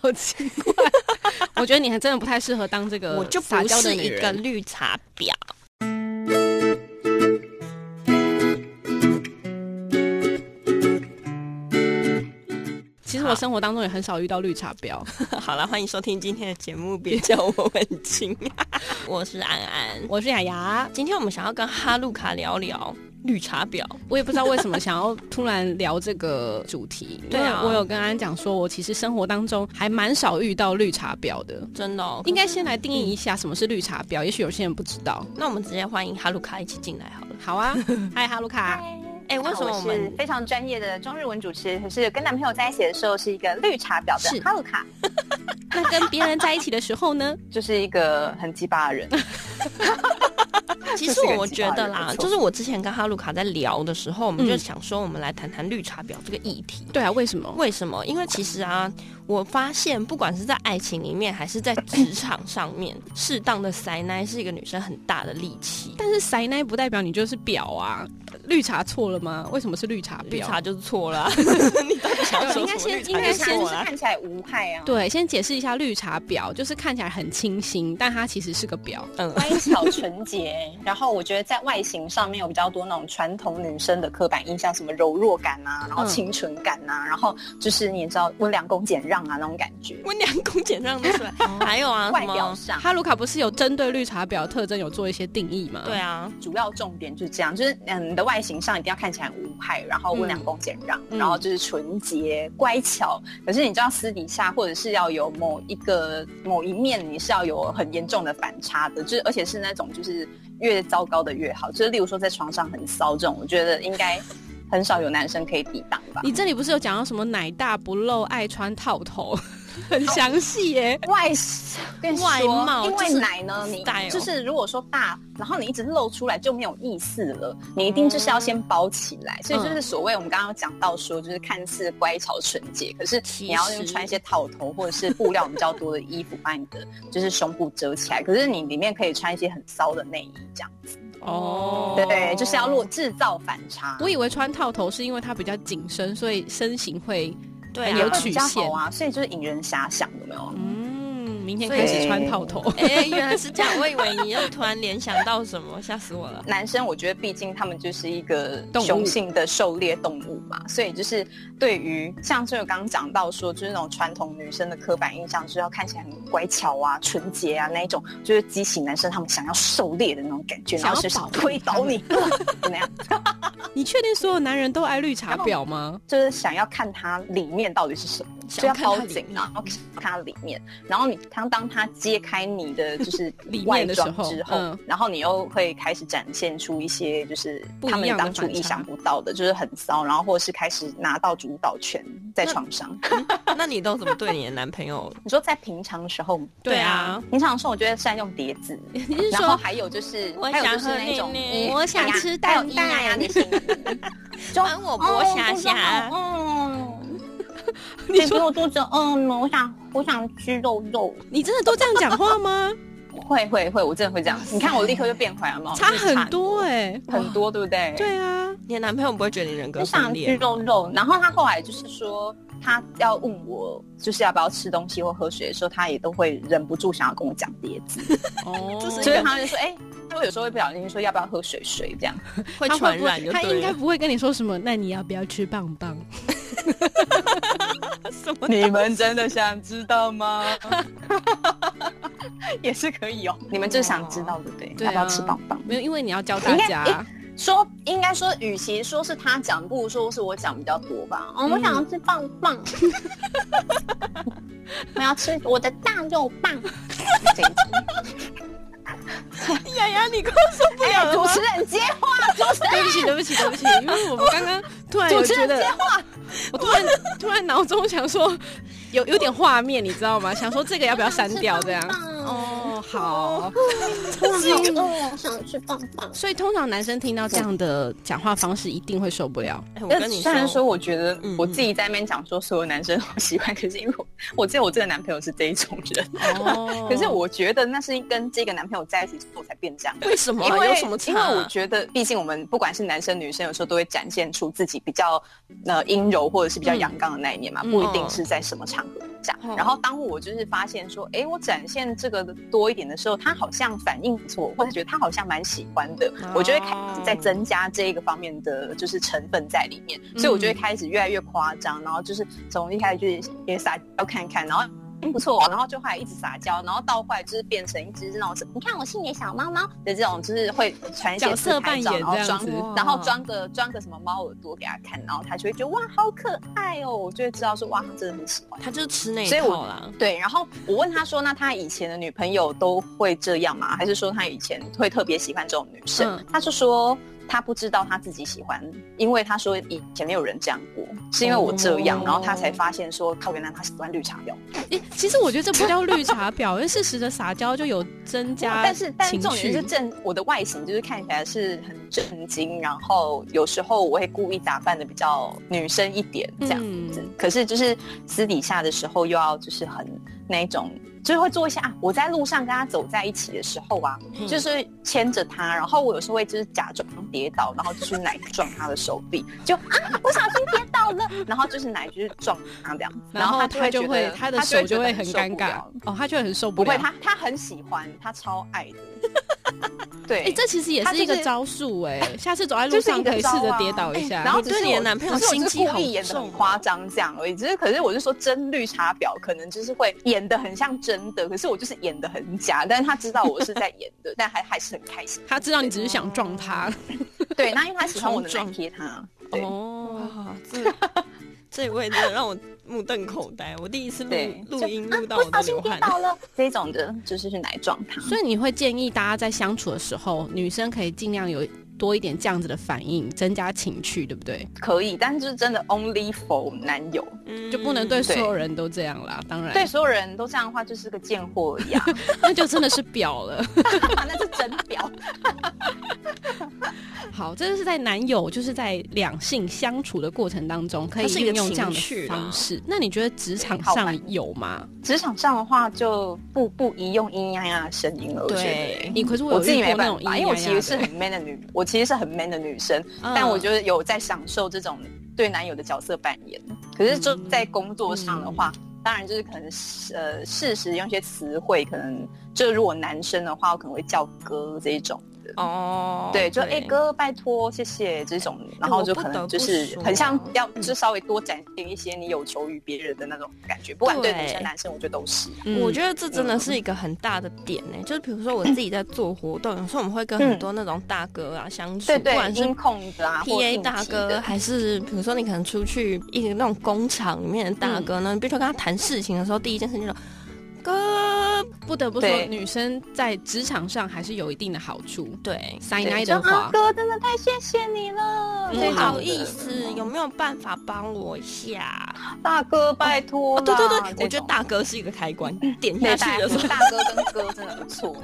好奇怪。 我觉得你还真的不太适合当这个我就撒不娇的是女一个人。绿茶婊。其实我生活当中也很少遇到绿茶婊。 好了，欢迎收听今天的节目，别叫我文青， 我是安安。我是雅雅，今天我们想要跟哈路卡聊聊绿茶婊，我也不知道为什么想要突然聊这个主题。对啊因为我有跟安讲说，我其实生活当中还蛮少遇到绿茶婊的。真的、哦。应该先来定义一下什么是绿茶婊，也许有些人不知道。那我们直接欢迎哈路卡一起进来好了。好啊，嗨，哈卢卡，哎、为什么我我是们非常专业的中日文主持？可是跟男朋友在一起的时候是一个绿茶婊是的哈鲁卡，那跟别人在一起的时候呢？就是一个很鸡巴的人。 其实我觉得啦， 就这是个计划也不错是我之前跟哈鲁卡在聊的时候，我们就嗯想说，我们来谈谈绿茶婊这个议题。对啊，为什么？为什么？因为其实啊，我发现不管是在爱情里面，还是在职场上面，适当的塞奶是一个女生很大的利器。但是塞奶不代表你就是婊啊，绿茶错了吗？为什么是绿茶婊？绿茶就是错了啊、你到底想要说应该什么先绿茶应就该是他就错是了啊看起来无害啊，对，先解释一下绿茶婊，就是看起来很清新，但它其实是个婊。嗯，乖巧纯洁。然后我觉得在外形上面有比较多那种传统女生的刻板印象，什么柔弱感啊，然后嗯清纯感啊，然后就是你也知道温良恭俭让啊那种感觉。温良恭俭让的出来。还有啊，外什表么？上，哈鲁卡不是有针对绿茶婊特征有做一些定义吗？对，啊，主要重点就是这样，就是嗯，你的外形上一定要看起来无害，然后温良恭俭让，嗯然后就是纯洁乖巧。可是你知道私底下或者是要有某一个某一面，你是要有很严重的反差的，就是而且是那种就是越糟糕的越好，就是例如说在床上很骚这种，我觉得应该很少有男生可以抵挡吧。你这里不是有讲到什么奶大不露、爱穿套头， 很详细耶。外形跟你说外貌因就是为奶呢，你 style 就是如果说大，然后你一直露出来就没有意思了，你一定就是要嗯先包起来。所以就是所谓我们刚刚有讲到说，就是看似乖巧纯洁，可是其你要实用穿一些套头或者是布料比较多的衣服把你的 就是胸部遮起来，可是你里面可以穿一些很骚的内衣，这样哦对，就是要落制造反差。我以为穿套头是因为它比较紧身，所以身形会对很也有啊会。曲比较好线啊，所以就是引人遐想，有没有？嗯，明天开始对穿套头。哎、原来是这样，我以为你又突然联想到什么，吓死我了。男生，我觉得毕竟他们就是一个动物雄性的狩猎动物嘛，所以就是对于像这个刚刚讲到说，就是那种传统女生的刻板印象，就是要看起来很乖巧啊、纯洁啊那一种，就是激起男生他们想要狩猎的那种感觉，想然要后就是保护推倒你， 怎么样？ 你确定所有男人都爱绿茶婊吗？就是想要看它里面到底是什么，想就要看它包里紧面啊，然后看它里面，然后你当当它揭开你的就是里外面的时装候之后，嗯然后你又会开始展现出一些就是不一他们样的当初反意差想不到的，就是很骚，然后或者是开始拿到主导权在那床上。那你都怎么对你的男朋友？ 你说在平常时候吗，对啊平常时候我觉得是在用碟子，你是然后说还有就是，我还有想就是喝那种奶奶嗯我想哎呀吃还有蛋当然呀，蛋你是。就还我剥虾虾哦嗯，你说我肚子饿了，嗯我想我想吃肉肉。你真的都这样讲话吗？会会会，我真的会这样。 你看我立刻就变回来哦了，差很多，哎、很多，对不对？。对啊，你的男朋友不会觉得你人格就分想吃裂吗？肉肉，然后他后来就是说，他要问我就是要不要吃东西或喝水的时候，他也都会忍不住想要跟我讲碟子，哦，这是所以他就说，哎、他会有时候会不小心说要不要喝水水这样。会他传会不染就会，他对应该了。不会跟你说什么。那你要不要吃棒棒？什么？ 你们真的想知道吗？ 也是可以哦，你们就想知道对不对？对啊要不要吃棒棒？没有，因为你要教大应该家诶。说应该说，与其说是他讲，不如说是我讲比较多吧。哦，嗯我想要吃棒棒， 我要吃我的大肉棒。 这一种雅雅，你控制不哎了了主吗持人接话，主持人对不起，对不起，对不起，因为我们刚刚突然有啊 主持觉人得接，话，我突然 突然脑中想说，有有点画面，你知道吗？想说这个要不要删掉这样。哦，哦，好。嗯突哦然我想去棒棒，所以通常男生听到这样的讲话方式，一定会受不了。哎，我但跟你虽然说，我觉得嗯我自己在那边讲说所有男生好喜欢，可是因为我我记得我这个男朋友是这一种人，哦可是我觉得那是跟这个男朋友在一起之后才变这样的。为什么因啊为有什么差因为我啊？觉得，毕竟我们不管是男生女生，有时候都会展现出自己比较呃阴柔或者是比较阳刚的那一面嘛，嗯哦不一定是在什么场合下。嗯然后当我就是发现说，哎，我展现这个多一点的时候，他好像反应不错，或者觉得他好像蛮喜欢的，啊哦我就会开始在增加这一个方面的就是成分在里面，所以我就会开始越来越夸张，然后就是从一开始就是也撒娇看看，然后。嗯，不错，然后就后来一直撒娇，然后到后来就是变成一只那种，你看我是你的小猫猫的这种，就是会传一些角色自拍照扮演然后这样装子哦然后装个装个什么猫耳朵给他看，然后他就会觉得哇好可爱哦，我就会知道说哇他真的很喜欢。他就是吃那一所以我套啦。对，然后我问他说，那他以前的女朋友都会这样吗？还是说他以前会特别喜欢这种女生？嗯他就说他不知道他自己喜欢，因为他说以前没有人这样过，是因为我这样，哦然后他才发现说靠，原来他喜欢绿茶婊。诶其实我觉得这不叫绿茶婊，因为适时的撒娇就有增加哦但是，但是情重点绪是正我的外形就是看起来是很正经，然后有时候我会故意打扮的比较女生一点这样子，嗯可是就是私底下的时候又要就是很那一种。就是会做一些啊，我在路上跟他走在一起的时候啊，嗯就是牵着他，然后我有时候会就是假装跌倒，然后就是奶撞他的手臂，就啊，我小心跌倒了， 然后就是奶就是撞他这样，然后他就就觉会得他的他手就就会会觉得很受尴不尬了哦，他就会很受不不了。会，他他很喜欢，他超爱的。 对，哎、这其实也他是一就个是招数 哎、下次走在路就是上一个可以试招着啊跌倒一下。然后你只是对你的我男朋友只是我心就是机故好意演的重很哦夸张这样而已。只是可是我就说真绿茶婊，可能就是会演的很像真的，可是我就是演的很假。但是他知道我是在演的， 但还还是很 开心。 他知道你只是想撞他。对，那因为他喜欢我的奶冲撞贴他。对哦， 哇，这这位真的让我目瞪口呆。我第一次录对录就音啊录到我我小都心流跌汗。倒了，这种的就是去奶撞他。所以你会建议大家在相处的时候，女生可以尽量有多一点这样子的反应，增加情趣，对不对？可以，但是就是真的 only for 男友。嗯就不能对所对有人都这样啦。当然，对，所有人都这样的话，就是个贱货 一样， 那就真的是婊了。 那是真婊。好，这就是在男友就是在两性相处的过程当中可它以是一个运用这样情趣的啦方式。那你觉得职场好玩上有吗？嗯职场上的话，就不不宜用咿呀呀的声音了。我觉对得，你可是我我有自己遇没过那办种法，咿因为我呀其呀实是的很 man 的女，我其实是很 man 的女生，嗯但我就是有在享受这种对男友的角色扮演。可是就嗯在工作上的话，当然就是可能是呃，适时用一些词汇，可能就如果男生的话，我可能会叫哥这一种。哦，对，就哎、哥，拜托，谢谢这种，然后就可能就是很像要，就稍微多展现一些你有求于别人的那种感觉，不管对女生对男生，我觉得都是。嗯我觉得这真的是一个很大的点呢、就是比如说我自己在做活动，有时候我们会跟很多那种大哥啊相处，对不对，管是音控的啊 P A 大哥，还是比如说你可能出去一个那种工厂里面的大哥呢，你必须要跟他谈事情的时候，第一件事就是哥，不得不说，对女生在职场上还是有一定的好处。对，塞对奶就的啊话，哥，真的太谢谢你了，嗯不这好种意的思，有没有办法帮我一下？大哥，拜托哦，对啦，对对，这我觉得种大哥是一个开关，点下对大去的时候哥，大哥跟哥真的不错，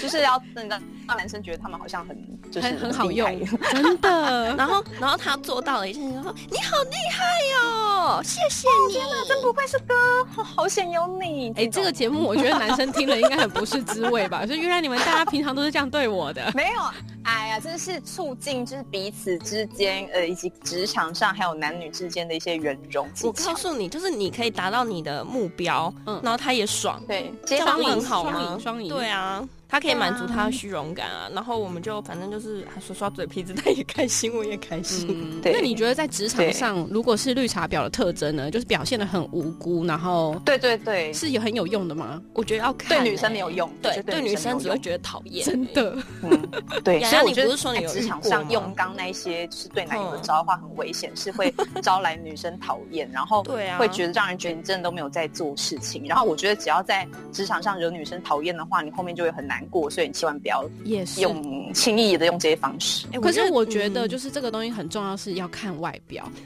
就是要真的让男生觉得他们好像很就是很很好厉害用，真的。 然后然后他做到了一件事，他说你好厉害哟、谢谢你，真不愧是哥，好险有你。哎，这种。个节目我觉得男生听了应该很不是滋味吧？所以原来你们大家平常都是这样对我的没有，哎呀，这是促进就是彼此之间，呃，以及职场上还有男女之间的一些圆融技我巧告。诉你，就是你可以达到你你的目标，嗯然后他也爽，对，这街样坊不邻是居很好双吗赢？双赢对啊，他可以满足他的虚荣感啊。然后我们就反正就是啊耍耍嘴皮子，他也开心，我也开心。嗯，对那你觉得在职场上，如果是绿茶婊的特征呢，就是表现的很无辜，然后对对对，是有很有用的吗？我觉得要看、欸对女生没有，用，对就对女女生生没只有会用。觉得讨厌，真。的，嗯，对，雅所以雅我觉你得不是说你在有职遇场过上吗嗯用刚那一些就是对男友的招的话很危险，是会招来女生讨厌，然后对啊会觉得让人觉得你真的都没有在做事情。然后我觉得只要在职场上惹女生讨厌的话，你后面就会很难过，所以你千万不要也是。用轻易的用这些方式。哎可是我觉嗯得，就是这个东西很重要，是要看外表。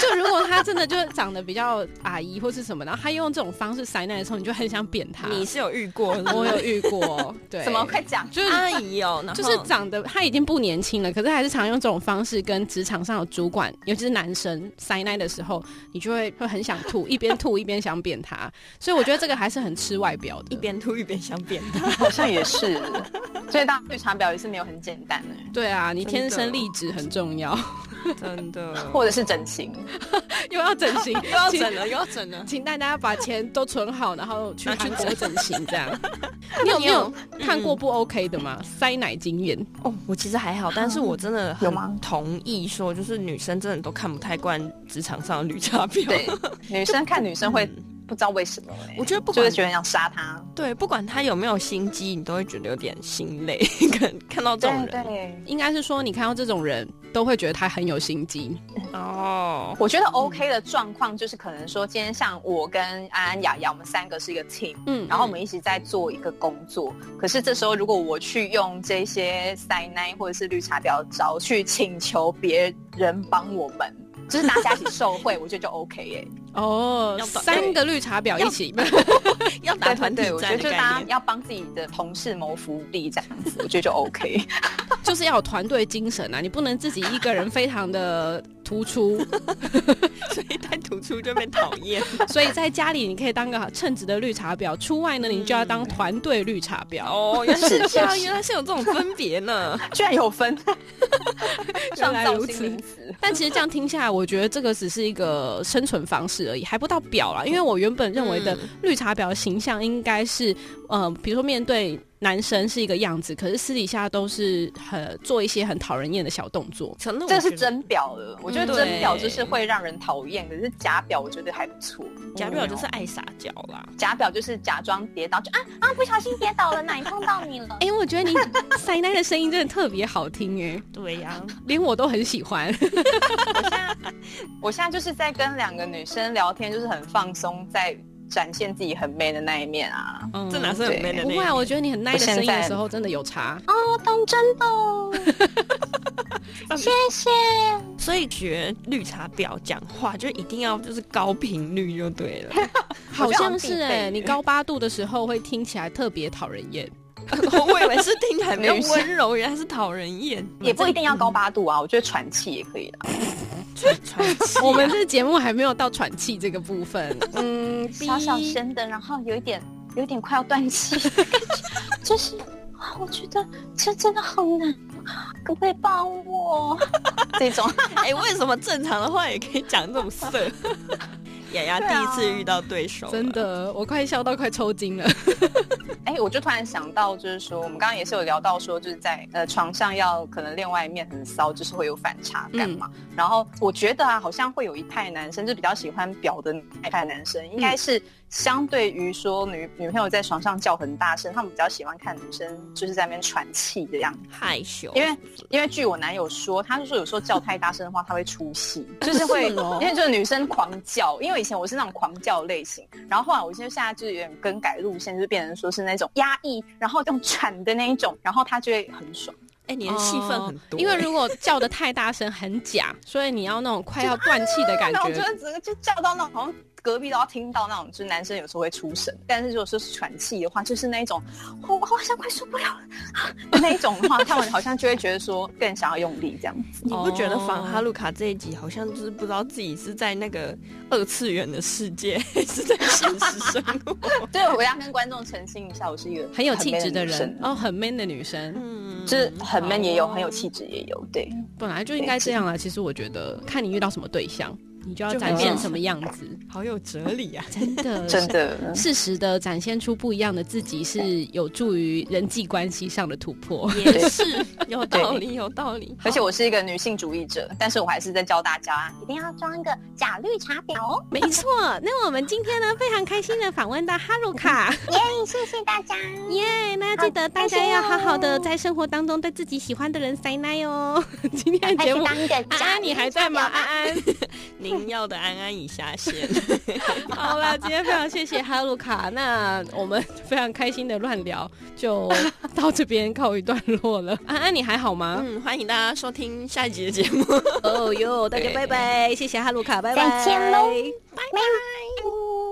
就如果他真的就是长得比较阿姨或是什么，然后他用这种方式塞奶的时候，你就很想扁他。你是有遇过 的， 我有遇过，对，怎么快讲？就是阿姨哦，然后就是长得他已经不年轻了，可是还是常用这种方式跟职场上的主管，尤其是男生塞奶的时候，你就会会很想吐，一边吐一边想扁他， 所以我觉得这个还是很吃外表的。一边吐一边想扁他。 好像也是，所以当绿茶婊也是没有很简单的，对啊，你天真生的丽质很重要， 真的，或者是整形。又要整形，又又要 整了，又要整了。请大家把钱都存好，然后去拿去韩国整整形这样。你有没有看过不 OK 的吗？塞奶经验，哦，我其实还好，但是我真的有很吗同意说，就是女生真的都看不太惯职场上的绿茶婊。 对，女生看女生会不知道为什么、欸，嗯我觉得不就管是觉得想杀她。对，不管她有没有心机，你都会觉得有点心累。 看看到这种对人，对，应该是说你看到这种人都会觉得他很有心机。哦，我觉得 OK 的状况就是可能说，今天像我跟安安、雅雅，我们三个是一个 team，嗯然后我们一起在做一个工作。可是这时候，如果我去用这些塞奶或者是绿茶婊的招去请求别人帮我们，就是大家一起受贿，我觉得就 OK 耶、哦，要打三个绿茶婊一起，要打团体对，我觉战得的就是大概家念。要帮自己的同事谋福利这样子，我觉得就 OK。 就是要有团队精神啊！你不能自己一个人非常的突 出，所以太突出就被讨厌。所以在家里你可以当个称职的绿茶婊，出外呢你就要当团队绿茶婊。 哦，原来是是这样，是原来是有这种分别 呢。居然 有分，原 创来造如新此名词。但其实这样听下来，我觉得这个只是一个生存方式而已，还不到婊啦。因为我原本认为的嗯绿茶婊形象应该是，呃，比如说面对男生是一个样子，可是私底下都是很做一些很讨人厌的小动 作。承认我这觉是得嗯真表了，我觉得真表就是会让人讨厌，可是假表我觉得还不错。假表就是嗯爱撒娇啦。假表，就是假装跌倒，就啊啊不小心跌倒了，奶碰到 你了。哎、我觉得你塞奶的声音真的特别好听哎、对呀，连我都很喜欢。我现在就是在跟两个女生聊天，就是很放松，在展现自己很 man 的那一面啊。 嗯这哪是很对 man 的那一不会面？啊，我觉得你很耐的声音的时候真的有差。哦，懂真的哦，谢谢。所以学绿茶婊讲话就一定要就是高频率就对了， 好像是我觉得好像必哎、备你高八度的时候会听起来特别讨人厌。我以为是听起来比较女生温柔，原来是讨人 厌，也不一定要高八度啊，我觉得喘气也可以的。传传奇啊我们这节目还没有到喘气这个部分，嗯，小小声的，然后有一点有一点快要 断气，就是啊，我觉得这真的好难，可不可以帮我？这种 哎，为什么正常的话也可以讲这么色？ 雅雅对第一啊次遇到对手，真。的，我快笑到快抽筋了。哎、我就突然想到，就是说，我们刚刚也是有聊到说，就是在呃床上要可能另外一面很骚，就是会有反差感嘛。然后我觉得啊，好像会有一派男生就比较喜欢表的那一派男生，应该是相对于说女女朋友在床上叫很大声，他们比较喜欢看女生就是在那边喘气的样子。害羞，因为因为据我男友说，他就说有时候叫太大声的话，他会出 戏，就是会，是哦因为就是女生狂叫，因为以前我是那种狂叫类型，然后后来我现在现在就是有点更改路线，就是变成说是那种压抑，然后用喘的那一种，然后他就会很爽。哎，你的戏份很多，欸哎哦因为如果叫的太大声很假，所以你要那种快要断气的感 然后我觉觉。得整个就叫到那种好像隔壁都要听到那种，就是男生有时候会出声，但是如果是喘气的话，就是那一种我我好像快受不了了啊的那一种的话，他们好像就会觉得说更想要用力这样子。你不觉得仿哦哈鲁卡这一集好像就是不知道自己是在那个二次元的世界， 还是在现实生活？对，我要跟观众澄清一下，我是一个很有气质的 man 女人生，哦，很 man 的女生， 嗯，就是很 man 也有，很有哦气质也有，对，本来就应该这样啊。其实我觉得，看你遇到什么对象，你就要就展很现像什么样子。好有哲理啊！真的，真的。嗯适时的展现出不一样的自己，是有助于人际关系上的突破。也是有道理，有道理。而且我是一个女性主义者，但是我还是在教大家，一定要装一个假绿茶婊哦！ 没错，那我们今天呢非常开心的访问到哈鲁 卡，耶、谢谢大家。耶、那记得大家要好好的在生活当中对 自己喜欢的人塞奶哦。今天的快 节去目，当一个安假安绿啊你还在吗？茶婊吧安安， 您要的安安已下 线。好啦，今天非常谢谢哈鲁卡， 那我们非常开心的乱聊就到这边告一段落 了。安安，你还好吗？嗯，欢迎大家收听下一集的节目。哦哟，大家拜哎拜，谢谢哈鲁卡，拜拜，再见喽，拜拜。